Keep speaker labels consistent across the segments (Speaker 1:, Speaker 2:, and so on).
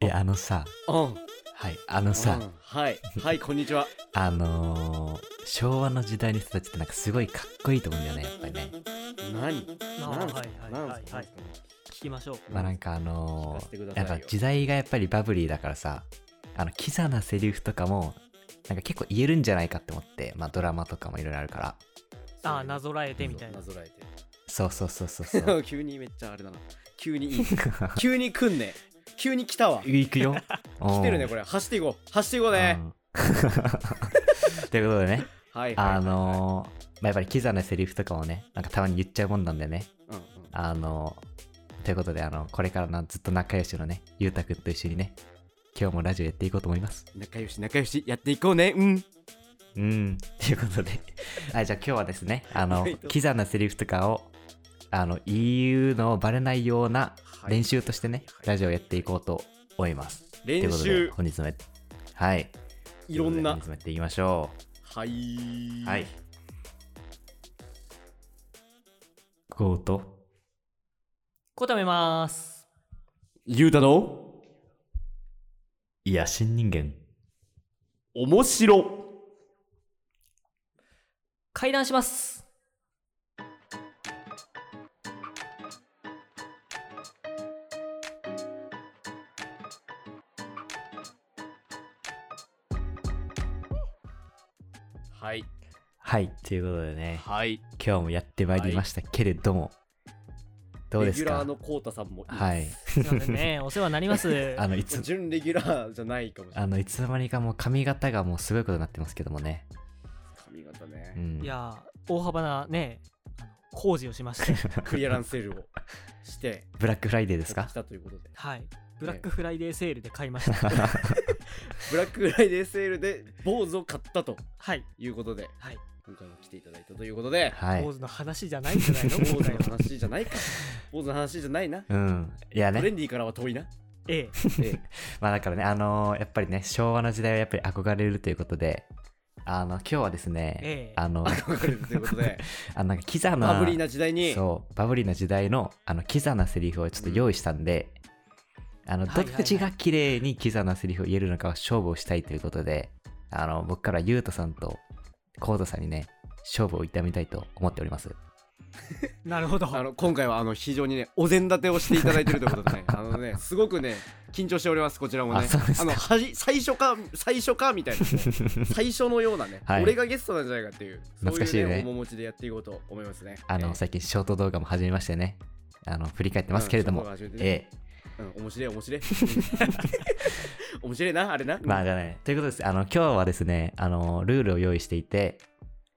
Speaker 1: い、あのさ、
Speaker 2: うん。
Speaker 1: はい、あのさ、
Speaker 2: うんはい。はい、こんにちは。
Speaker 1: あのー、昭和の時代の人たちってなんかすごいかっこいいと思うんだよね、やっぱりね。
Speaker 2: 何
Speaker 3: あ
Speaker 2: なんす
Speaker 3: は
Speaker 2: か
Speaker 3: いはい
Speaker 2: なん
Speaker 3: はい
Speaker 2: すか
Speaker 3: はい聞きましょう。
Speaker 1: まあなんかあ
Speaker 2: 聞
Speaker 1: の
Speaker 2: かせてくだ
Speaker 1: ー、
Speaker 2: さ
Speaker 1: やっ
Speaker 2: いよ
Speaker 1: ぱ時代がやっぱりバブリーだからさ、あの、キザなセリフとかも、なんか結構言えるんじゃないかって思って、まあドラマとかもいろいろあるから。
Speaker 3: あーなぞらえてみたいな。
Speaker 2: なぞらえ
Speaker 1: そうそうそうそうそ
Speaker 2: て
Speaker 1: う。
Speaker 2: る。急にめっちゃあれだな。急にい い。急に来んね。急に来たわ。
Speaker 1: 行くよ。
Speaker 2: 来
Speaker 1: 来
Speaker 2: てるね、これ。走っていこう。走っていこ うね。
Speaker 1: うんということでね、
Speaker 2: はい。はい
Speaker 1: あ、のーまあ、やっぱりキザなセリフとかもね、なんかたまに言っちゃうもんなんでね、
Speaker 2: うんうん
Speaker 1: あのーということで、あの、これからなずっと仲良しのね、ゆうたくんと一緒にね、今日もラジオやっていこうと思います。
Speaker 2: 仲良し、仲良し、やっていこうね。うん。
Speaker 1: うん、ということで、はい、じゃあ今日はですね、あの
Speaker 2: 意外、と
Speaker 1: キザなセリフとかを、あの、言うのをバレないような練習としてね、
Speaker 2: はい
Speaker 1: ラジオやっていこうと思います。という
Speaker 2: 練
Speaker 1: ことで、
Speaker 2: 習、
Speaker 1: 本日もやっ、はい、
Speaker 2: いろんな
Speaker 1: ということで本。日もやっていきましょう。
Speaker 2: はい。
Speaker 1: はい。ゴート。
Speaker 3: 答えます。
Speaker 2: ゆうたの、
Speaker 1: 野心人間。
Speaker 2: おもしろ。
Speaker 3: 会談します。
Speaker 2: はい。
Speaker 1: はい、ということでね、
Speaker 2: はい。
Speaker 1: 今日もやってまいりましたけれども、どうです
Speaker 2: レギュラ
Speaker 1: か
Speaker 2: ーのこうたさんもいい。
Speaker 1: はい。
Speaker 3: すいませ んね、お世話になります。
Speaker 1: あの、いつ、
Speaker 2: 準レギュラーじゃないかもしれない。
Speaker 1: あの、いつの間にかもう髪型がもうすごいことになってますけどもね。
Speaker 2: 髪型
Speaker 1: う
Speaker 2: ね。
Speaker 1: ん。
Speaker 3: いやー、大幅なね、あの工事をしまして、
Speaker 2: クリアランスセールをして、
Speaker 1: ブラックフライデー ですか
Speaker 2: 来たということで。
Speaker 3: はい。ブラックフライデーセールで買いました。
Speaker 2: ブラックフライデーセールで坊主を買ったと
Speaker 3: はい。
Speaker 2: いうことで、
Speaker 3: はい。
Speaker 2: 今回も来ていただいたということで、
Speaker 1: はい
Speaker 3: 坊。主の話じゃないんじゃないの
Speaker 2: 坊 主
Speaker 3: 今回
Speaker 2: の
Speaker 3: は。
Speaker 2: 話じ ゃないか。坊主の話じゃないな。
Speaker 1: うん。いや
Speaker 2: トレ
Speaker 1: ね、
Speaker 2: ンディーからは遠 いな。
Speaker 3: ええ。
Speaker 2: え
Speaker 1: まあだからね、あのーやっぱりね、昭和の時代はやっぱり憧れるということで、あの、今日はですね、
Speaker 3: ええ
Speaker 1: あの、
Speaker 2: え、ということで、
Speaker 1: あのなんかキザな、
Speaker 2: バブリーな時代に、
Speaker 1: そうバブリーな時代のあのキザなセリフをちょっと用意したんで、あの
Speaker 3: はいは
Speaker 1: ど
Speaker 3: い
Speaker 1: っ
Speaker 3: はい
Speaker 1: ちが綺麗にキザなセリフを言えるのかを勝負をしたいということで、あの僕からゆうとさんとコードさんにね勝負を痛みたいと思っております
Speaker 3: なるほど。
Speaker 2: あの今回はあの非常にね、お膳立てをしていただいているということで ね、あのね、すごくね、緊張しております、こちらもね。
Speaker 1: あそうですか
Speaker 2: あのはじ最初か、最初かみたいなね、最初のようなね、
Speaker 1: はい
Speaker 2: 俺がゲストなんじゃないかっていう、そう
Speaker 1: 懐かしいね
Speaker 2: いうね、面持ちでやっていこうと思いますね。
Speaker 1: あの、最近ショート動画も始めましてねあの振り返ってますけれども、
Speaker 2: うんそういうのが初めてね
Speaker 1: ええ
Speaker 2: うん、面白い 面白い面白いなあれな、
Speaker 1: まあじゃあねということですあの今日はですねあのルールを用意していて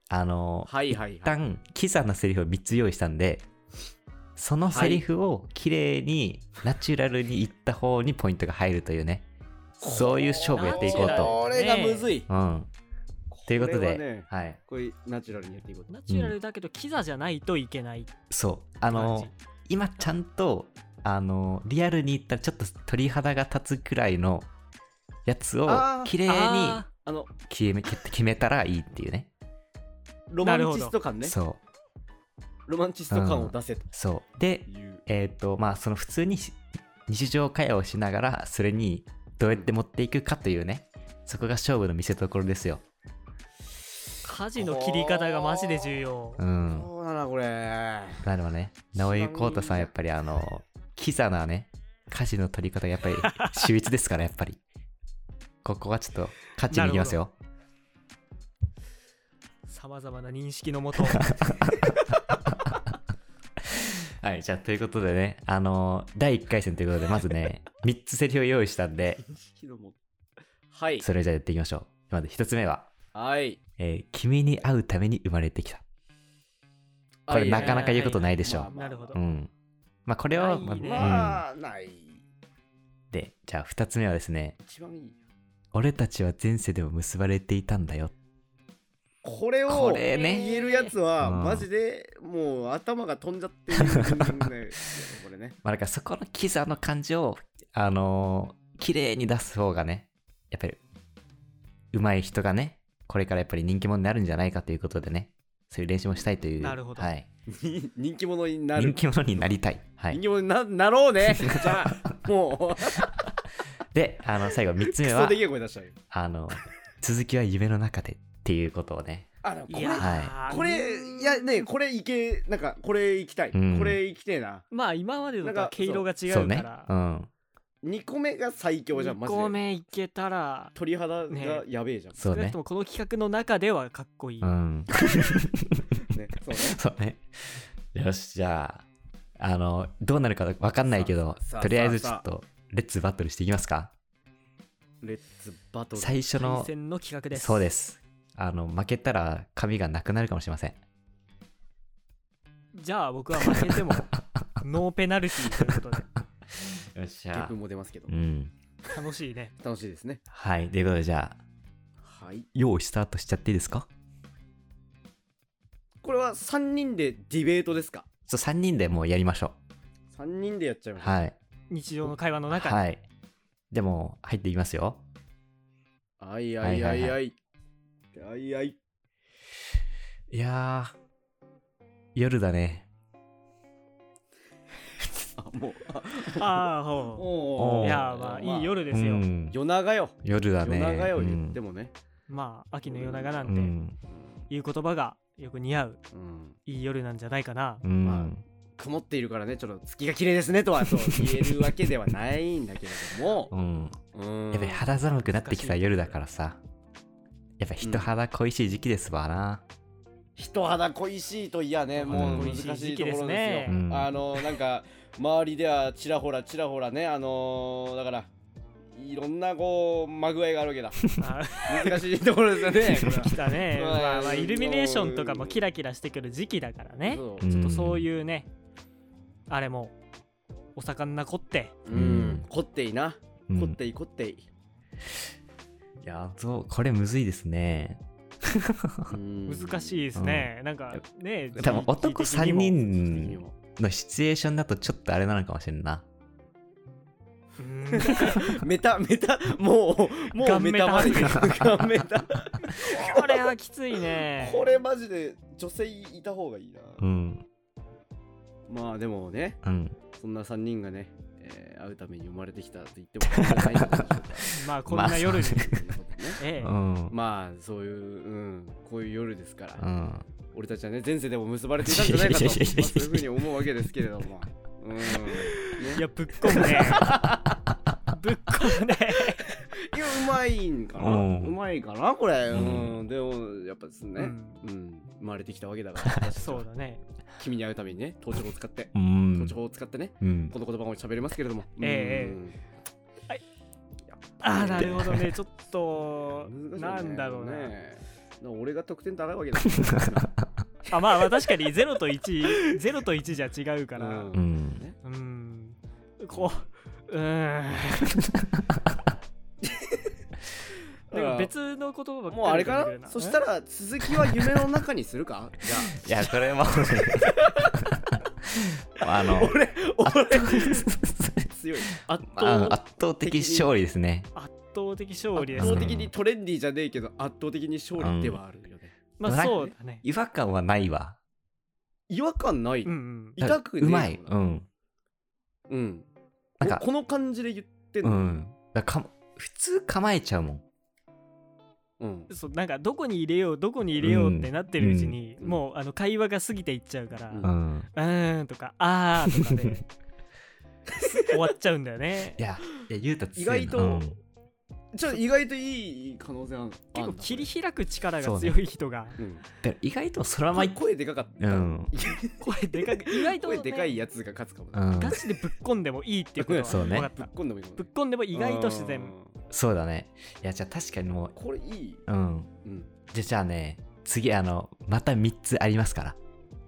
Speaker 1: あの、
Speaker 2: はいはい
Speaker 1: 一
Speaker 2: はい
Speaker 1: 旦キザなセリフを3つ用意したんでそのセリフを綺麗にナチュラルに言った方にポイントが入るというねそういう勝負やっていこうと。
Speaker 2: これがむずい、
Speaker 1: うん、ということ
Speaker 2: これ
Speaker 1: で
Speaker 2: はね
Speaker 1: はい、
Speaker 2: これナチュラルにやっていこうと
Speaker 3: ナチュラルだけど、キザじゃないといけない
Speaker 1: そうあの
Speaker 3: 感じ
Speaker 1: 今ちゃんとあのリアルに言ったらちょっと鳥肌が立つくらいのやつを
Speaker 2: あー
Speaker 1: 綺麗に
Speaker 3: あ
Speaker 2: あの
Speaker 1: 決め決めたらいいっていうね
Speaker 2: ロマンチスト感ね
Speaker 1: そう
Speaker 2: ロマンチスト感を出せと
Speaker 1: そうで
Speaker 2: いう、
Speaker 1: えっ、とまあその普通にし日常会話をしながらそれにどうやって持っていくかというね、そこが勝負の見せ所ですよ
Speaker 3: ー家事の切り方がマジで重要
Speaker 1: う。ん
Speaker 2: そうだなこれ
Speaker 1: まあでもね直江浩太さんやっぱりあのキザなね家事の取り方がやっぱり秀逸ですからやっぱりここはちょっと勝ちにいきますよ
Speaker 3: さまざまな認識のもと。
Speaker 1: はいじゃあということでねあの第1回戦ということでまずね3つセリフを用意したんで
Speaker 2: 火のもはい
Speaker 1: それじゃあやっていきましょうまず1つ目は、
Speaker 2: はい
Speaker 1: えー君に会うために生まれてきた」こ
Speaker 2: あい
Speaker 1: れ
Speaker 2: いね
Speaker 1: なかなか言うことないでしょ
Speaker 2: まあまあ
Speaker 3: なるほど
Speaker 1: う。ん。まあこれは、
Speaker 3: ないね
Speaker 1: まあ
Speaker 2: まあない
Speaker 1: うん、で、じゃあ二つ目はですね、
Speaker 2: 一番いい
Speaker 1: 俺たちは前世でも結ばれていたんだよ。
Speaker 2: これを
Speaker 1: これね
Speaker 2: 言えるやつは、
Speaker 1: うん
Speaker 2: マジでもう頭が飛んじゃってる人間だよねこれね
Speaker 1: まあだからそこのキザの感じを、あのー綺麗に出す方がね、やっぱり、上手い人がね、これからやっぱり人気者になるんじゃないかということでね、そういう練習もしたいという。
Speaker 3: なるほど
Speaker 1: はい。
Speaker 2: に人気者になる
Speaker 1: 人気者になりたい。はい。
Speaker 2: 人形にななろうねじゃあもう
Speaker 1: で、あの、最後3つ
Speaker 2: ク
Speaker 1: 目
Speaker 2: ソ
Speaker 1: は
Speaker 2: で、けえ声出したよ。
Speaker 1: あの、続きは夢の中でっていうことをね。
Speaker 2: あ、でもこ
Speaker 3: い
Speaker 2: れ
Speaker 3: や、ー
Speaker 2: これ、いやね、これいけ、なんか、これ行きたい。
Speaker 1: うん
Speaker 2: これ行きてえな。
Speaker 3: まあ今までの
Speaker 2: な
Speaker 3: と
Speaker 2: んか
Speaker 3: は毛色が違う
Speaker 1: そ
Speaker 3: か
Speaker 1: うね。う
Speaker 3: ら
Speaker 1: ん。
Speaker 2: 2個目が最強じゃん、マジ
Speaker 3: 2個
Speaker 2: で。
Speaker 3: 目いけたら
Speaker 2: 鳥肌がやべえじゃん。
Speaker 1: そう
Speaker 3: 少なく
Speaker 1: ね
Speaker 3: と。もこの企画の中ではかっこいい、
Speaker 1: うん。
Speaker 2: ねそうね
Speaker 1: そうね。よし、じゃあ、あの、どうなるかわかんないけど
Speaker 2: さあさ、あ
Speaker 1: とりあえずちょ
Speaker 2: さ
Speaker 1: っ
Speaker 2: あ
Speaker 1: と、レッツバトルしていきますか。
Speaker 2: レッツバトル。
Speaker 1: 最初
Speaker 3: 対
Speaker 1: の、
Speaker 3: 戦の企画です
Speaker 1: そうです。あの、負けたら髪がなくなるかもしれません。
Speaker 3: じゃあ僕は負 けてもノーペナルティーということで
Speaker 1: よっし
Speaker 2: ゲップ。も出ますけど
Speaker 1: う。ん。
Speaker 3: 楽しいね
Speaker 2: 楽しいですね。
Speaker 1: はい。ということで、じゃあ、
Speaker 2: はい。
Speaker 1: 用意スタートしちゃっていいですか
Speaker 2: これは3人でディベートですか
Speaker 1: そう、3人でもうやりましょ。
Speaker 2: ?3 人でやっちゃいうましょう。
Speaker 1: はい。
Speaker 3: 日常の会話の中に、
Speaker 1: はい。でも、入っていきますよ。
Speaker 2: あいあいあい
Speaker 1: は
Speaker 2: あい。あいあい。
Speaker 1: いやー、夜だね。
Speaker 2: あ、もう。あ
Speaker 3: ああほ
Speaker 2: お
Speaker 1: お
Speaker 3: う
Speaker 1: ー
Speaker 3: いやーまあいい夜で
Speaker 1: う
Speaker 3: すよ、
Speaker 1: ん、
Speaker 2: 夜長よ。
Speaker 1: 夜だ
Speaker 2: 夜
Speaker 1: ね。
Speaker 2: 長よ
Speaker 1: う
Speaker 2: 言っ
Speaker 1: ん
Speaker 2: てもね。
Speaker 3: まあ秋の夜長な
Speaker 1: うん
Speaker 3: で、
Speaker 1: ん。
Speaker 3: いう言葉がよく似合う
Speaker 2: うん。
Speaker 3: いい夜なんじゃないか な、
Speaker 1: うん
Speaker 2: ま曇っているからね、ちょっと月が綺麗ですねと はそう言えるわけではないんだけれども
Speaker 1: う。ん。
Speaker 2: うん
Speaker 1: やっぱり肌寒くなってきた夜だからさ。やっぱ人肌恋しい時期ですわな。
Speaker 2: 人肌恋しいといやねもう
Speaker 1: うん
Speaker 2: 難しいところ
Speaker 3: 恋しい時期で
Speaker 2: ですす
Speaker 1: ねうん
Speaker 2: よ。あのなんか周りではちらほらちらほらねあのーだからいろんなこうまぐわいがあるわけだ。
Speaker 3: あー
Speaker 2: 難しいところですよね。こ
Speaker 3: 来たね
Speaker 2: まあ
Speaker 3: まあまあ
Speaker 2: うん
Speaker 3: イルミネーションとかもキラキラしてくる時期だから
Speaker 2: れ
Speaker 3: ね
Speaker 2: そ
Speaker 1: ん
Speaker 3: ちょっとそういうねあれもお魚なこって
Speaker 2: ううん凝っていな
Speaker 1: うん
Speaker 2: 凝ってい凝っ てい。
Speaker 1: いやそう、これむずいですね。
Speaker 3: 難しいですね、なんかね
Speaker 1: 多分男
Speaker 3: 地域的
Speaker 1: 3
Speaker 3: にも
Speaker 1: 人のシチュエーションだとちょっとあれなのかもしれんな。
Speaker 3: う
Speaker 2: メタメタもうも
Speaker 3: ガ
Speaker 2: う
Speaker 3: ン
Speaker 2: メ
Speaker 3: メ
Speaker 2: タ
Speaker 3: タ
Speaker 2: までガンメ タ
Speaker 3: んこれはきついね
Speaker 2: これマジで女性いた方がいいな。
Speaker 1: うん。
Speaker 2: まあでもね
Speaker 1: うん。
Speaker 2: そんな3人がね、えー会うために生まれてきたと言っても過言じゃないんでしょ うか
Speaker 3: まあこんな夜に、
Speaker 1: まあ
Speaker 2: そんなことね
Speaker 1: う
Speaker 3: ええ
Speaker 1: ん。
Speaker 2: まあそういう、うん、こういう夜ですから、
Speaker 1: うん。
Speaker 2: 俺たちはね前世でも結ばれていたんじゃない かと、まあ、そういうふうに思うわけですけれども、うんね
Speaker 3: いやぶっこむねぶっこむね
Speaker 2: いやうまいんかな、う
Speaker 1: うん
Speaker 2: まいかなこれ、う
Speaker 1: うんん
Speaker 2: でもやっぱですね、う
Speaker 3: う
Speaker 2: ん
Speaker 3: ん
Speaker 2: 生まれてきたわけだから
Speaker 3: そうだね
Speaker 2: 君に会うためにね盗聴を使って
Speaker 1: う
Speaker 2: 盗
Speaker 1: ん。
Speaker 2: 聴を使ってね
Speaker 1: うん。
Speaker 2: この言葉も喋れますけれども、
Speaker 3: ええ
Speaker 2: うん
Speaker 3: ああなるほどねちょっと
Speaker 2: 難しいよね
Speaker 3: なんだろうね
Speaker 2: ねな俺が得点高いわけ だか、
Speaker 3: あまあまあ確かに0と10と1じゃ違うからら
Speaker 1: う
Speaker 2: う
Speaker 1: ん。
Speaker 2: ん
Speaker 3: うんこううーんでも別の言葉ばっかり
Speaker 2: もうあれか
Speaker 3: 出てくる
Speaker 2: なそしたら続きは夢の中にするか じゃ
Speaker 1: いや、これもうね。あの、
Speaker 2: あ俺強い
Speaker 3: 圧
Speaker 1: あの
Speaker 3: 倒
Speaker 1: 圧倒的勝利ですね。
Speaker 3: 圧倒的勝利で
Speaker 2: 圧
Speaker 3: す
Speaker 2: 倒
Speaker 3: ね
Speaker 2: 的にトレンディーじゃねえけど圧倒的に勝利ではあるよね、
Speaker 3: まあそうだね
Speaker 1: 違和感はないわ。
Speaker 2: 違和感ない、
Speaker 3: うんうん
Speaker 2: 痛くねえ
Speaker 1: うまい。
Speaker 2: よ
Speaker 1: う。
Speaker 2: なんうん
Speaker 1: なんか
Speaker 2: お、この感じで言ってん
Speaker 1: う
Speaker 2: の
Speaker 1: ん。だからか普通構えちゃうもん。
Speaker 2: うん
Speaker 3: そうなんかどこに入れようどこに入れようってなってるうちに、
Speaker 2: うん
Speaker 3: もうあの会話が過ぎていっちゃうから「
Speaker 2: う
Speaker 3: うんん
Speaker 1: う」ん。
Speaker 3: んとか「あー」とかで終わっちゃうんだよね
Speaker 1: いや、いや、ゆうた強いな
Speaker 2: 意外とちょっと意外といい可能性ある
Speaker 3: 結構切り開く力
Speaker 1: そ
Speaker 3: が
Speaker 1: うね
Speaker 3: 強い人が、
Speaker 2: うん、
Speaker 1: だから意外とそのまま
Speaker 2: ま
Speaker 1: い
Speaker 2: あ、声でかかった、
Speaker 1: うん
Speaker 3: 声でかく意外と、ね、
Speaker 2: 声でかいやつが勝つかも
Speaker 1: う
Speaker 2: な、
Speaker 1: ん。
Speaker 3: ガチでぶっこんでもいいっていうことは
Speaker 1: そうね
Speaker 3: 分かっ、
Speaker 2: ぶった込んでもいいかもね
Speaker 3: ぶっこんでも意外と自
Speaker 2: う
Speaker 3: 然
Speaker 2: ん
Speaker 1: そうだね。いや、じゃあ確かにも
Speaker 2: これいい、
Speaker 1: う、うん。
Speaker 2: うん、
Speaker 1: じゃあじゃあね、次、あの、また3つありますから。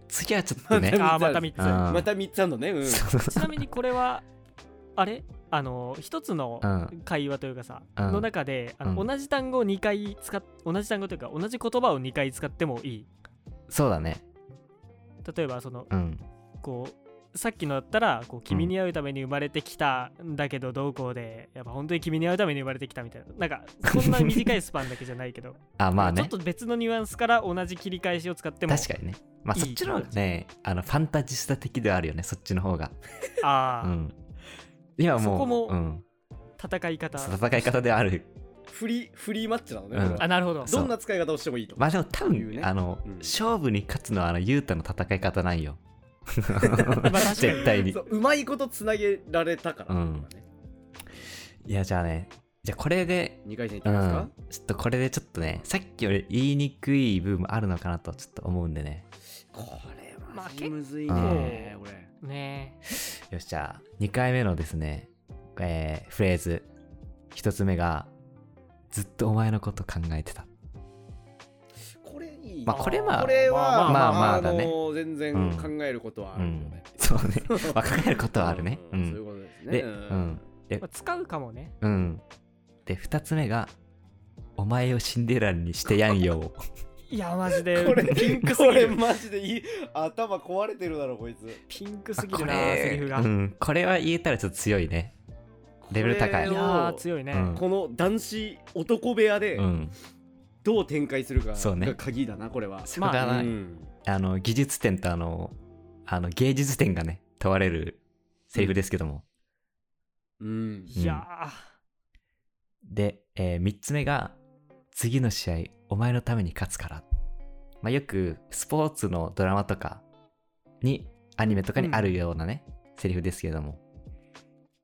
Speaker 1: 次はちょっとね。
Speaker 2: うん
Speaker 3: ああまた3つ、
Speaker 1: うん
Speaker 2: また3つあるのねうん
Speaker 1: そう
Speaker 3: ちなみにこれはあれあの一つの
Speaker 1: うん
Speaker 3: 会話というかさ、
Speaker 1: うん
Speaker 3: の中であの、
Speaker 1: うん
Speaker 3: 同じ単語を2回使っ同じ単語というか同じ言葉を2回使ってもいい
Speaker 1: そうだね。
Speaker 3: 例えばその
Speaker 1: うん。
Speaker 3: こうさっきのだったらこう君に会うために生まれてきたんだけどどうこうでやっぱ本当に君に会うために生まれてきたみたいななんかそんな短いスパンだけじゃないけど
Speaker 1: あ、 まあ
Speaker 3: ちょ
Speaker 1: ね。
Speaker 3: っと別のニュアンスから同じ切り返しを使っても
Speaker 1: 確かにね。まあ
Speaker 3: いい
Speaker 1: そっちの方がね、あのファンタジスタ的ではあるよね、そっちの方が。
Speaker 3: あ
Speaker 1: う
Speaker 3: あ、
Speaker 1: ん。今もう、
Speaker 3: そこも
Speaker 1: うん、
Speaker 3: 戦い方。
Speaker 1: そう戦い方ではある。
Speaker 2: フリーフリーマッチなのね、
Speaker 1: うん
Speaker 2: これは
Speaker 3: あ、なるほど。
Speaker 1: そう
Speaker 2: どんな使い方をしてもいいと
Speaker 1: まあでも多
Speaker 2: そういう
Speaker 1: 分、
Speaker 2: ね
Speaker 1: あの、
Speaker 2: うん
Speaker 1: 勝負に勝つのはあの、ユータの戦い方なんよ。
Speaker 3: まあ確かに
Speaker 1: 絶対に
Speaker 2: そ。ううまいことつなげられたから、
Speaker 1: うん
Speaker 2: 今ね
Speaker 1: いや、じゃあね、じゃあこれで、
Speaker 2: 二回戦いって
Speaker 1: う
Speaker 2: みます
Speaker 1: ん
Speaker 2: か、、
Speaker 1: ちょっとこれでちょっとね、さっきより言いにくい部分もあるのかなとちょっと思うんでね。
Speaker 2: これは
Speaker 3: まあ
Speaker 2: マジむずい
Speaker 1: 結
Speaker 2: ね、
Speaker 3: 構
Speaker 2: これ
Speaker 3: ね
Speaker 1: よし、じゃあ、2回目のですね、えーフレーズ。1つ目が、ずっとお前のこと考えてた。
Speaker 2: これいい、
Speaker 1: まあ、これは、
Speaker 2: これは
Speaker 1: ま
Speaker 2: ま
Speaker 1: あ
Speaker 2: あ
Speaker 1: まあ
Speaker 2: まあ
Speaker 1: だね
Speaker 2: の全然考えることはあ
Speaker 1: う
Speaker 2: るよね、
Speaker 1: ん、そう ね。まあ、考えることはあるね。う。
Speaker 2: うんそういうんことですね
Speaker 1: で、
Speaker 2: う
Speaker 1: うんん。
Speaker 3: え。まあ使うかもね。
Speaker 1: うん。で、2つ目が、お前をシンデレラにしてやんよ。
Speaker 3: いや、マジで。
Speaker 2: これ
Speaker 3: ピ
Speaker 2: ピ
Speaker 3: ン
Speaker 2: ン
Speaker 3: ク
Speaker 2: ク
Speaker 3: す
Speaker 2: こ
Speaker 3: ぎ
Speaker 2: れ
Speaker 3: る。
Speaker 2: マジでいい頭壊れてるだろこいつ
Speaker 3: ピンク
Speaker 1: まあ
Speaker 3: すぎるな、
Speaker 1: これ
Speaker 3: セリフが。
Speaker 1: う
Speaker 3: い
Speaker 1: ん。これは言えたらちょっと強いね。レベル高い
Speaker 3: や
Speaker 2: これを
Speaker 3: ー、強いね。
Speaker 1: うん
Speaker 2: この男子男部屋で
Speaker 1: うん。
Speaker 2: どう展開するか
Speaker 1: そうね
Speaker 2: が鍵だなこれは、
Speaker 1: そこが
Speaker 3: ま
Speaker 1: な、
Speaker 3: あ
Speaker 2: うん
Speaker 1: あの、技術点とあの、あの、芸術点がね、問われるセリフですけども。
Speaker 2: うん
Speaker 3: いや
Speaker 1: で、え3つ目が、次の試合、お前のために勝つから。まあ、よく、スポーツのドラマとかに、アニメとかにあるようなね、セリフですけども。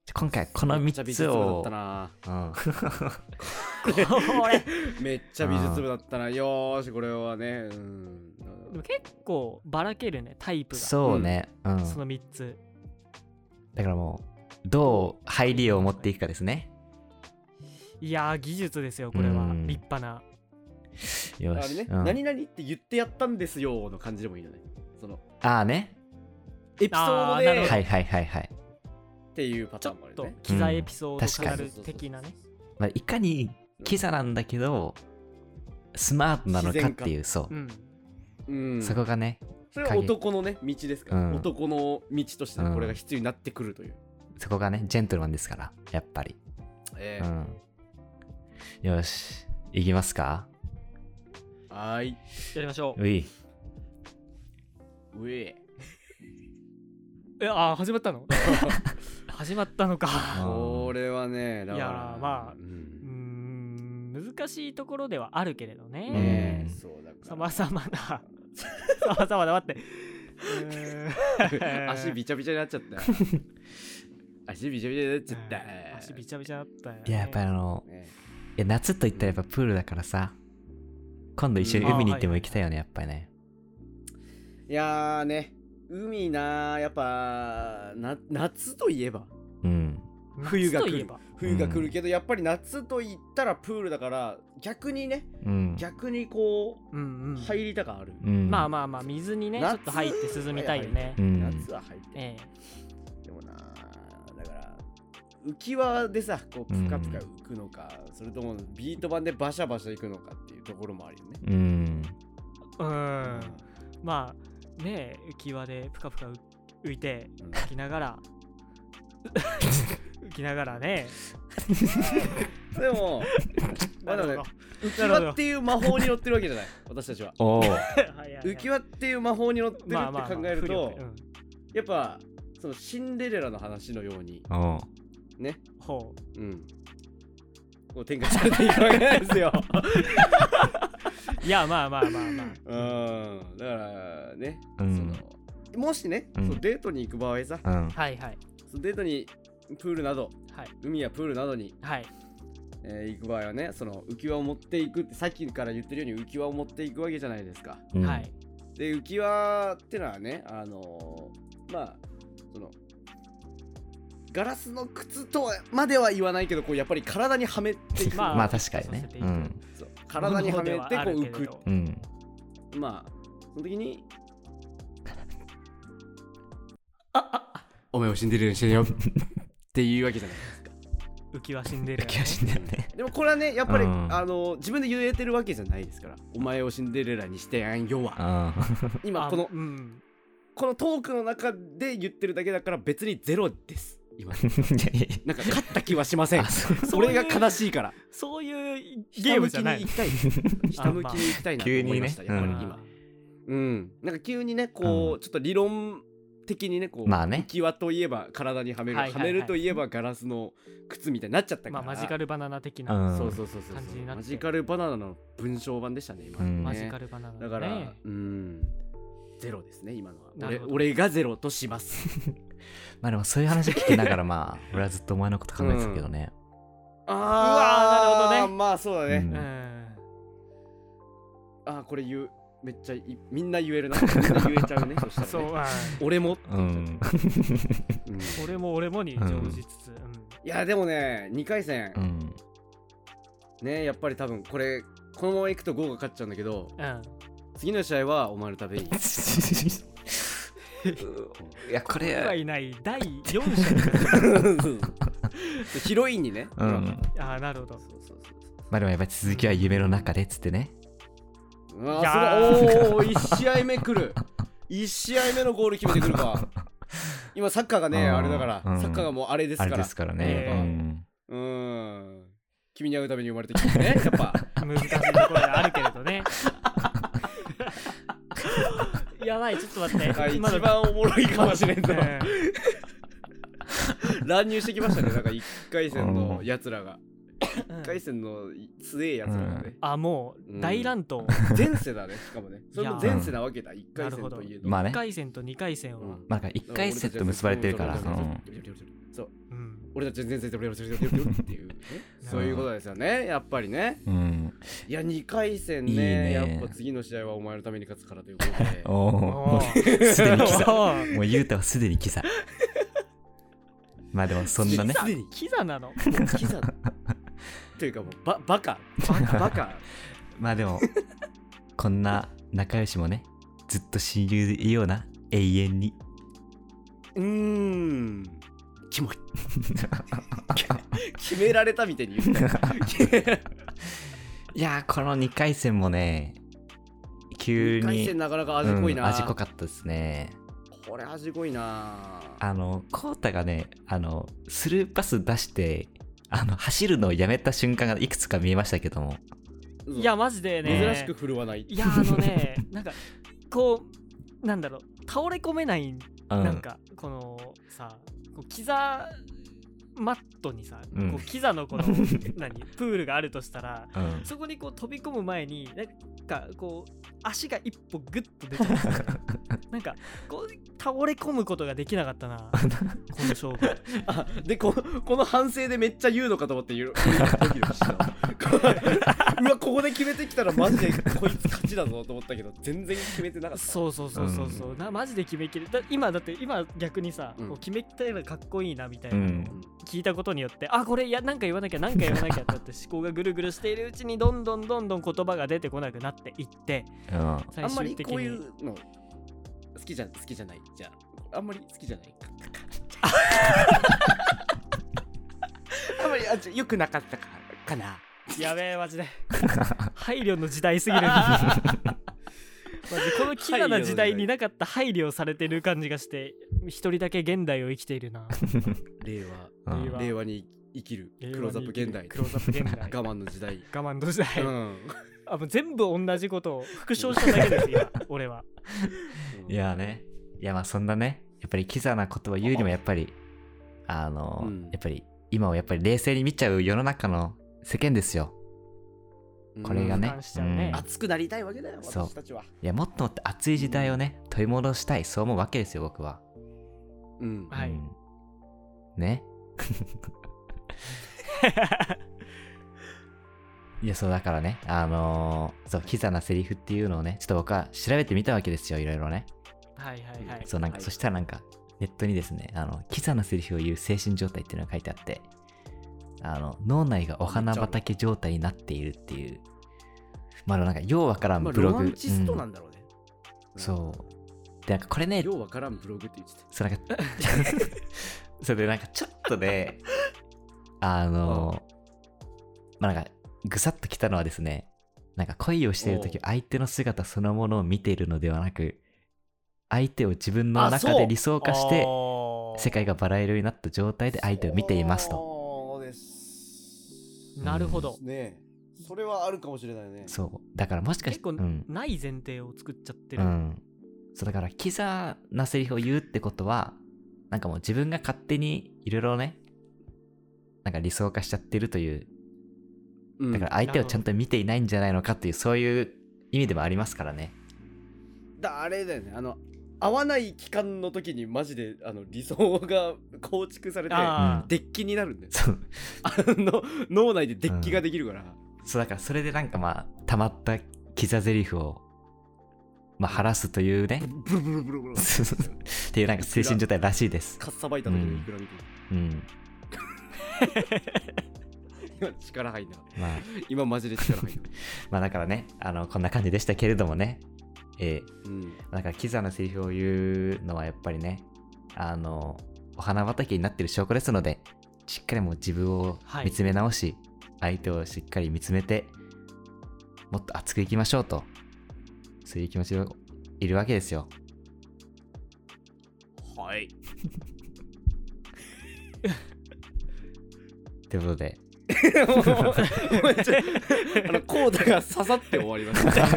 Speaker 1: じゃ今回、この
Speaker 2: めっちゃ
Speaker 1: 3
Speaker 2: 美
Speaker 1: つ
Speaker 2: 術部だっ
Speaker 1: を
Speaker 2: た、な
Speaker 1: うん、
Speaker 3: ー、これ。
Speaker 2: めっちゃ美術部だったなよーしこれはねうん
Speaker 3: でも結構ばらけるね、タイプが。そ
Speaker 1: そうね、うん。
Speaker 3: の3つ。
Speaker 1: だからもう、どう入りを持っていくかですね。
Speaker 3: いやー、技術ですよ、これは
Speaker 1: う。ん
Speaker 3: 立派な。
Speaker 1: よ
Speaker 2: あれ
Speaker 1: し。
Speaker 2: ね、
Speaker 1: うん、
Speaker 2: 何々って言ってやったんですよの感じでもいいよねその
Speaker 1: ああね。
Speaker 2: エピソードで
Speaker 3: あーなるほど
Speaker 1: はいはいはいはい。
Speaker 2: っていうパ
Speaker 3: ち
Speaker 2: タ
Speaker 3: ょ
Speaker 2: ー
Speaker 3: っ
Speaker 2: ンもあるよ
Speaker 3: と
Speaker 2: ね
Speaker 3: 機材エピソ
Speaker 1: う
Speaker 3: ー
Speaker 1: ん
Speaker 3: ド
Speaker 1: と
Speaker 3: 語る的なね。
Speaker 1: まあ、いかに、キザなんだけど、スマートなのかっていう、そうう。
Speaker 3: ん。
Speaker 2: うん
Speaker 1: そこがね、
Speaker 2: それは男のね道ですから、
Speaker 1: うん
Speaker 2: 男の道として
Speaker 1: うん
Speaker 2: これが必要になってくるという、
Speaker 1: そこがね、ジェントルマンですから、やっぱり。
Speaker 2: え
Speaker 1: う
Speaker 2: え
Speaker 1: ん。よし、いきますか
Speaker 2: はーい
Speaker 3: やりましょう。
Speaker 1: うい。
Speaker 2: うえ
Speaker 3: え、あー、始まったの 始まったのか。
Speaker 1: うん
Speaker 2: これはねだから
Speaker 3: いやーまあ
Speaker 2: う
Speaker 3: うー
Speaker 2: ん
Speaker 3: ん難しいところではあるけれどね。
Speaker 2: ねえ
Speaker 1: うん
Speaker 2: そうだから
Speaker 3: さまざまな。さまざまな、待って。うー ん
Speaker 2: 足びちゃびちゃになっちゃった 足びちゃびちゃになっちゃった、
Speaker 3: うん足びちゃびちゃだったよ、ね。
Speaker 1: いや、やっぱりあの、
Speaker 2: ね
Speaker 1: いや夏といったらやっぱプールだからさ、今度一緒に
Speaker 2: うん
Speaker 1: 海に行って
Speaker 3: あ
Speaker 1: も
Speaker 3: はい
Speaker 1: 行きたいよね、やっぱりね。
Speaker 2: いやーね海なーやっぱな夏といえば
Speaker 1: うん。
Speaker 2: 冬が来
Speaker 3: 夏といえ
Speaker 2: る
Speaker 3: ば
Speaker 2: 冬が来るけど、やっぱり夏と言ったらプールだから逆にね
Speaker 1: うん。
Speaker 2: 逆にこ
Speaker 3: うんうん
Speaker 2: う。入りた感ある、
Speaker 1: うん、
Speaker 3: まあまあまあ、水にね、ちょ
Speaker 2: 夏
Speaker 3: っと入って涼みたいよね
Speaker 1: う。ん。
Speaker 2: 夏は入って、
Speaker 3: え
Speaker 2: でもなだから浮き輪でさこう
Speaker 1: うん
Speaker 2: プカプカ浮くのか、それともビート板でバシャバシャ行くのかっていうところもあるよね、
Speaker 1: うん。
Speaker 3: え。うん。まあ、ねえ、浮き輪でぷかぷか浮いて、
Speaker 2: うん
Speaker 3: 浮きな がら。浮きながらね。
Speaker 2: でも まだね
Speaker 3: なる
Speaker 2: 浮き輪っていう魔法に乗ってるわけじゃない私 たちは
Speaker 1: おお。
Speaker 3: ほどはいはいはい
Speaker 2: 浮き輪っていう魔法に乗ってるって
Speaker 3: まあまあまあ
Speaker 2: 考えると、
Speaker 3: 浮力うん
Speaker 2: やっぱそのシンデレラの話のように
Speaker 1: おう
Speaker 2: ね
Speaker 3: ほう。
Speaker 2: うんこう展開されていくわけなん ですよ
Speaker 3: いや、まあまあまあまあ。
Speaker 2: うんだからね、
Speaker 1: うん
Speaker 2: そのもしね、
Speaker 1: うん
Speaker 2: そのデートに行く場合さ、
Speaker 1: うん。
Speaker 3: はいはい。
Speaker 2: そのデートにプールなど
Speaker 3: はい。
Speaker 2: 海やプールなどに、
Speaker 3: はい。
Speaker 2: えー行く場合はねその浮き輪を持っていくってさっきから言ってるように浮き輪を持っていくわけじゃないですか
Speaker 1: うん
Speaker 3: は。い。
Speaker 2: で浮き輪ってのはねあのーまあそのガラスの靴とはまでは言わないけどこうやっぱり体にはめていく、
Speaker 3: まあ
Speaker 1: まあ確かに
Speaker 3: さ
Speaker 1: ね
Speaker 3: せ。ていうく
Speaker 1: ん。
Speaker 2: そう体にはめてこう浮く
Speaker 3: く
Speaker 1: うん。
Speaker 2: まあその時に
Speaker 3: ああ
Speaker 2: お前を死んでるようにしてよっていうわけじゃないですか
Speaker 3: 浮き輪死んでる
Speaker 1: 浮 きは死んだよね。
Speaker 2: でもこれはねやっぱり、
Speaker 1: うん
Speaker 2: あの自分で言えてるわけじゃないですからお前をシンデレラにしてやんよ
Speaker 1: う
Speaker 2: は
Speaker 1: ん。
Speaker 2: 今この
Speaker 3: うん
Speaker 2: このトークの中で言ってるだけだから別にゼロです今
Speaker 1: い やいやい
Speaker 2: なんか勝った気はしませ
Speaker 1: や。
Speaker 2: ん
Speaker 1: あ、そう。
Speaker 2: 俺が悲しいから
Speaker 3: そういうゲームじゃない
Speaker 2: 下向きに行きたい下向きに行きたいなと思いました
Speaker 1: あ
Speaker 2: や
Speaker 1: まあ
Speaker 2: っぱ
Speaker 1: 急
Speaker 2: り
Speaker 1: にね
Speaker 2: 今うんなんか急にねこう、
Speaker 1: う
Speaker 2: ちょっと理論的にねこう、
Speaker 1: まあね
Speaker 2: 浮き輪といえば体にはめる、
Speaker 3: はいはいはい
Speaker 2: はめるといえばガラスの靴みたいになっちゃったから、
Speaker 3: まあ、マジカ
Speaker 2: ル
Speaker 3: ルバナナ的
Speaker 1: う
Speaker 3: な。
Speaker 1: ん
Speaker 2: そうそうそうそう
Speaker 3: 感じになって
Speaker 2: マジカルバナナの文章版でしたね今
Speaker 1: う
Speaker 2: ね、
Speaker 1: ん
Speaker 3: マジカルバナナ、ね。
Speaker 2: だから、うんゼロですね今のは
Speaker 3: なる
Speaker 2: 俺
Speaker 3: ほど
Speaker 2: 俺がゼロとします
Speaker 1: まあでもそういう話聞きながらまあ俺はずっとお前のこと考えてたけどね、
Speaker 2: あー
Speaker 3: うわーなるほどね
Speaker 2: まあそうだね、
Speaker 1: うん
Speaker 3: うん。
Speaker 2: あーこれ言うめっちゃいみんな言えるなみんな言えちゃ うねそしたら、ね、
Speaker 3: そう、はい
Speaker 2: 俺も、
Speaker 1: うん
Speaker 2: うんい
Speaker 3: 俺も俺もに乗じつつ。うん
Speaker 2: やでもね2回戦、
Speaker 1: うん
Speaker 2: ねやっぱり多分これこのままいくと5が勝っちゃうんだけど
Speaker 3: うん。
Speaker 2: 次の試合はお前のために
Speaker 1: いやこ
Speaker 3: 僕は
Speaker 1: れ
Speaker 3: いない第4者に なる
Speaker 2: ヒロインにね、
Speaker 1: うん
Speaker 3: ああ、なるほど
Speaker 2: そう。そうそう
Speaker 1: まあでもやっぱ続きは夢の中でっつってね
Speaker 2: うわ
Speaker 3: いやー
Speaker 2: すごいおお1試合目来る1試合目のゴール決めてくるか今サッカーがね
Speaker 1: うん
Speaker 2: あれだから、
Speaker 1: うん
Speaker 2: サッカーがもうあれです
Speaker 1: あ
Speaker 2: か
Speaker 1: れ
Speaker 2: ら
Speaker 1: ですからね、
Speaker 3: え
Speaker 1: う
Speaker 3: え
Speaker 1: ん
Speaker 2: うーん君に会うために生まれてきたねやっぱ
Speaker 3: 難しいところであるけれ どね。やばい、ちょっと待って。
Speaker 2: あ一
Speaker 3: 今の
Speaker 2: 番おもろいかもしれんぞ
Speaker 3: う
Speaker 2: 乱入してきましたねなんか1回戦のやつらが
Speaker 3: ん
Speaker 2: 1回戦の強えやつらがね、
Speaker 3: あ、も
Speaker 2: うん
Speaker 3: う大乱闘。
Speaker 2: 前世だねしかもねそれも前世なわけだ1回戦といえど
Speaker 1: まあ
Speaker 3: 1
Speaker 1: ね
Speaker 3: 回戦と2回戦は。
Speaker 1: まあだから1回セット結ばれてるから、うん
Speaker 2: そう
Speaker 3: うん。
Speaker 2: 俺たち全然ゼロゼロゼロゼロゼロっていうねそういうことですよねやっぱりね
Speaker 1: うん、
Speaker 2: いや2回戦ね
Speaker 1: いいね
Speaker 2: やっぱ次の試合はお前のために勝つからということ で
Speaker 1: おおも
Speaker 3: おー
Speaker 1: うすで に来た
Speaker 3: おー
Speaker 1: もう雄太はすでに来たまあでもそんなね
Speaker 2: すでに
Speaker 3: キザなの
Speaker 2: キザだというかもうババカバカバカ
Speaker 1: まあでもこんな仲良しもねずっと親友でいような永遠に
Speaker 2: うーんキモい決められたみたいに言ったよ
Speaker 1: いやーこの2回戦もね急
Speaker 2: 2
Speaker 1: に
Speaker 2: 回戦なかなか味濃いな、
Speaker 1: うん味濃かったですね
Speaker 2: これ味濃いな
Speaker 1: あのコウタがねあのスルーパス出してあの走るのをやめた瞬間がいくつか見えましたけども
Speaker 2: うん
Speaker 3: いや、マジでね。
Speaker 2: 珍しく振るわない
Speaker 3: いや、あ のね、なんか、こう、なんだろう、倒れ込めないん
Speaker 1: うん
Speaker 3: なんかこのさこうキザマットにさ、
Speaker 1: うん
Speaker 3: こうキザ のこの何プールがあるとしたら
Speaker 1: うん
Speaker 3: そこにこう飛び込む前になんかこう足が一歩グッと出ちゃうんですよね なんかこう倒れ込むことができなかったなこの勝負
Speaker 2: あでここの反省でめっちゃ言うのかと思って 言うドキドキしたうわここで決めてきたらマジでこいつ勝ちだぞと思ったけど全然決めてなかった
Speaker 3: そうそうそうそうそう、
Speaker 1: うん
Speaker 3: なマジで決めきれだ今だって今逆にさ、
Speaker 2: うん
Speaker 3: こう決めたらかっこいいなみたいうな、
Speaker 1: ん
Speaker 3: 聞いたことによってあこれいやなんか言わなきゃなんか言わなきゃってなって 思考がぐるぐるしているうちにどんどんどんどん言葉が出てこなくなっていって
Speaker 1: うん
Speaker 2: あ
Speaker 3: 最
Speaker 2: んま
Speaker 3: 終
Speaker 2: り
Speaker 3: 的
Speaker 2: こうい
Speaker 3: に
Speaker 2: うの好きじゃ好きじゃないじゃああんまり好きじゃないかあんまりあじゃあ良くなかったかかな
Speaker 3: やべえマ ジで配慮の時代すぎるマジ
Speaker 2: あ
Speaker 3: このキラな時代になかった配慮をされてる感じがして一人だけ現代を生きているな
Speaker 2: ー令
Speaker 1: う
Speaker 3: 令
Speaker 1: ん
Speaker 2: 和
Speaker 3: 和
Speaker 2: 令和に生きるクローズアップ現代
Speaker 3: クローズアップ現代
Speaker 2: 我慢の時代
Speaker 3: 我慢の時代、
Speaker 2: うん
Speaker 3: あもう全部同じことを復唱しただけです今 俺はい
Speaker 1: やーねいやまあそんなねやっぱりキザなことを言うにもやっぱりあの、
Speaker 2: うん
Speaker 1: やっぱり今をやっぱり冷静に見ちゃう世の中の世間ですよ
Speaker 2: うん
Speaker 1: これがね
Speaker 3: 俯瞰しちゃうね
Speaker 1: うん
Speaker 2: 熱くなりたいわけだよ
Speaker 1: そう
Speaker 2: 私たちはい
Speaker 1: やもっともっと熱い時代をね取り戻したいそう思うわけですよ僕は
Speaker 2: うん
Speaker 3: はい
Speaker 1: うんねいやそうだからねあのーそうキザなセリフっていうのをねちょっと僕は調べてみたわけですよいろいろね
Speaker 3: はいはいはい
Speaker 1: そうなんか、
Speaker 2: はい
Speaker 1: そしたらなんかネットにですねあのキザなセリフを言う精神状態っていうのが書いてあってあの脳内がお花畑状態になっているっていうまあなんかようわからん
Speaker 2: まあ、
Speaker 1: ブロ
Speaker 2: ロ
Speaker 1: グ、
Speaker 2: マンチスト
Speaker 1: うん
Speaker 2: なんだろうね。
Speaker 1: そうでなんかこれね
Speaker 2: ようわからんブログって言ってた。
Speaker 1: そうなんかそれでなんかちょっとで、あのまあなんかぐさっときたのはですねなんか恋をしている時
Speaker 2: おう
Speaker 1: 相手の姿そのものを見ているのではなく相手を自分の
Speaker 2: あ
Speaker 1: 中
Speaker 2: そ
Speaker 1: で
Speaker 2: う
Speaker 1: 理想化して
Speaker 3: おー
Speaker 1: 世界がバラ色になった状態で相手を見ていますと
Speaker 2: と。そうです。
Speaker 3: なるほど、
Speaker 2: ねえそれはあるかもしれないね。
Speaker 1: そうだからもしかし
Speaker 3: 結
Speaker 1: て
Speaker 3: 構
Speaker 1: うん、
Speaker 3: ない前提を作っちゃって
Speaker 1: う
Speaker 3: る、
Speaker 1: ん、そうだからキザなセリフを言うってことはなんかもう自分が勝手にいろいろねなんか理想化しちゃってるという
Speaker 2: うん
Speaker 1: だから相手をちゃんと見ていないんじゃないのかというそういう意味でもありますからね
Speaker 2: だあれだよねあの合わない期間の時にマジであの理想が構築されて
Speaker 3: あ
Speaker 2: デッキになるんだよ
Speaker 1: そう
Speaker 2: あの脳内でデッキができるから、
Speaker 1: そうだからそれでなんかまあたまったキザゼリフをまあ晴らすというね
Speaker 2: ブルブルブルブル
Speaker 1: っていうなんか精神状態らしいです
Speaker 2: かっさばいた時のいくら見ても、
Speaker 1: うん
Speaker 2: 今力入んな
Speaker 1: まあ
Speaker 2: 今マジで力入んな、
Speaker 1: まあだからねあのこんな感じでしたけれどもねえー
Speaker 2: うん、
Speaker 1: だからキザのセリフを言うのはやっぱりねあのお花畑になってる証拠ですのでしっかりもう自分を
Speaker 3: はい
Speaker 1: 見つめ直し、相手をしっかり見つめてもっと熱くいきましょうとそういう気持ちがいるわけですよ
Speaker 2: はい
Speaker 1: ということで
Speaker 2: もうもうちょ あのコーダが刺さって終わりました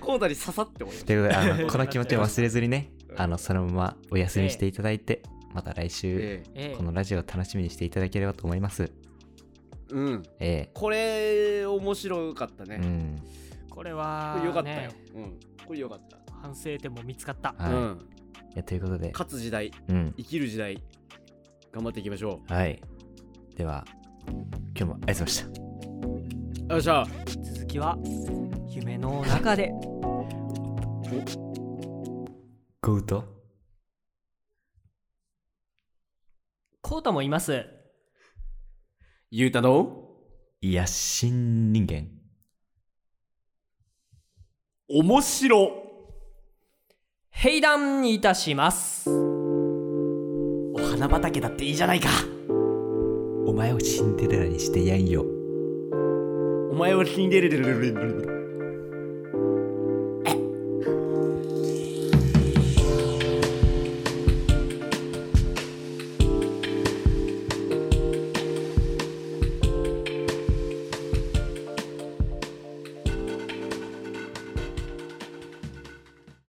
Speaker 2: コーダに刺さって終わりまし
Speaker 1: と
Speaker 2: た
Speaker 1: いうことであのこの気持ちを忘れずにねあのそのままお休みしていただいて、また来週
Speaker 2: ええ
Speaker 3: ええ
Speaker 1: このラジオを楽しみにしていただければと思います
Speaker 2: うん
Speaker 1: え
Speaker 2: これ面白かった
Speaker 1: え
Speaker 2: ね、
Speaker 1: うん
Speaker 3: これは
Speaker 2: これよかったよ、
Speaker 3: ね
Speaker 2: うん、これよかった、
Speaker 3: 反省点も見つかった
Speaker 1: はい、
Speaker 2: う
Speaker 1: い
Speaker 2: ん、
Speaker 1: やということで
Speaker 2: 勝つ時代
Speaker 1: うん
Speaker 2: 生きる時代頑張っていきましょ
Speaker 1: はい。では、今日もありがとうございました。
Speaker 2: うよっしゃ
Speaker 3: 続きは夢の中で
Speaker 1: ゴート
Speaker 3: コータもいます
Speaker 2: ゆうたの
Speaker 1: 野心人間。
Speaker 2: 面白
Speaker 3: 閉壇いたします
Speaker 2: お花畑だっていいじゃないか
Speaker 1: お前をシンデレラにしてやんよ。
Speaker 2: お前はシンデレラ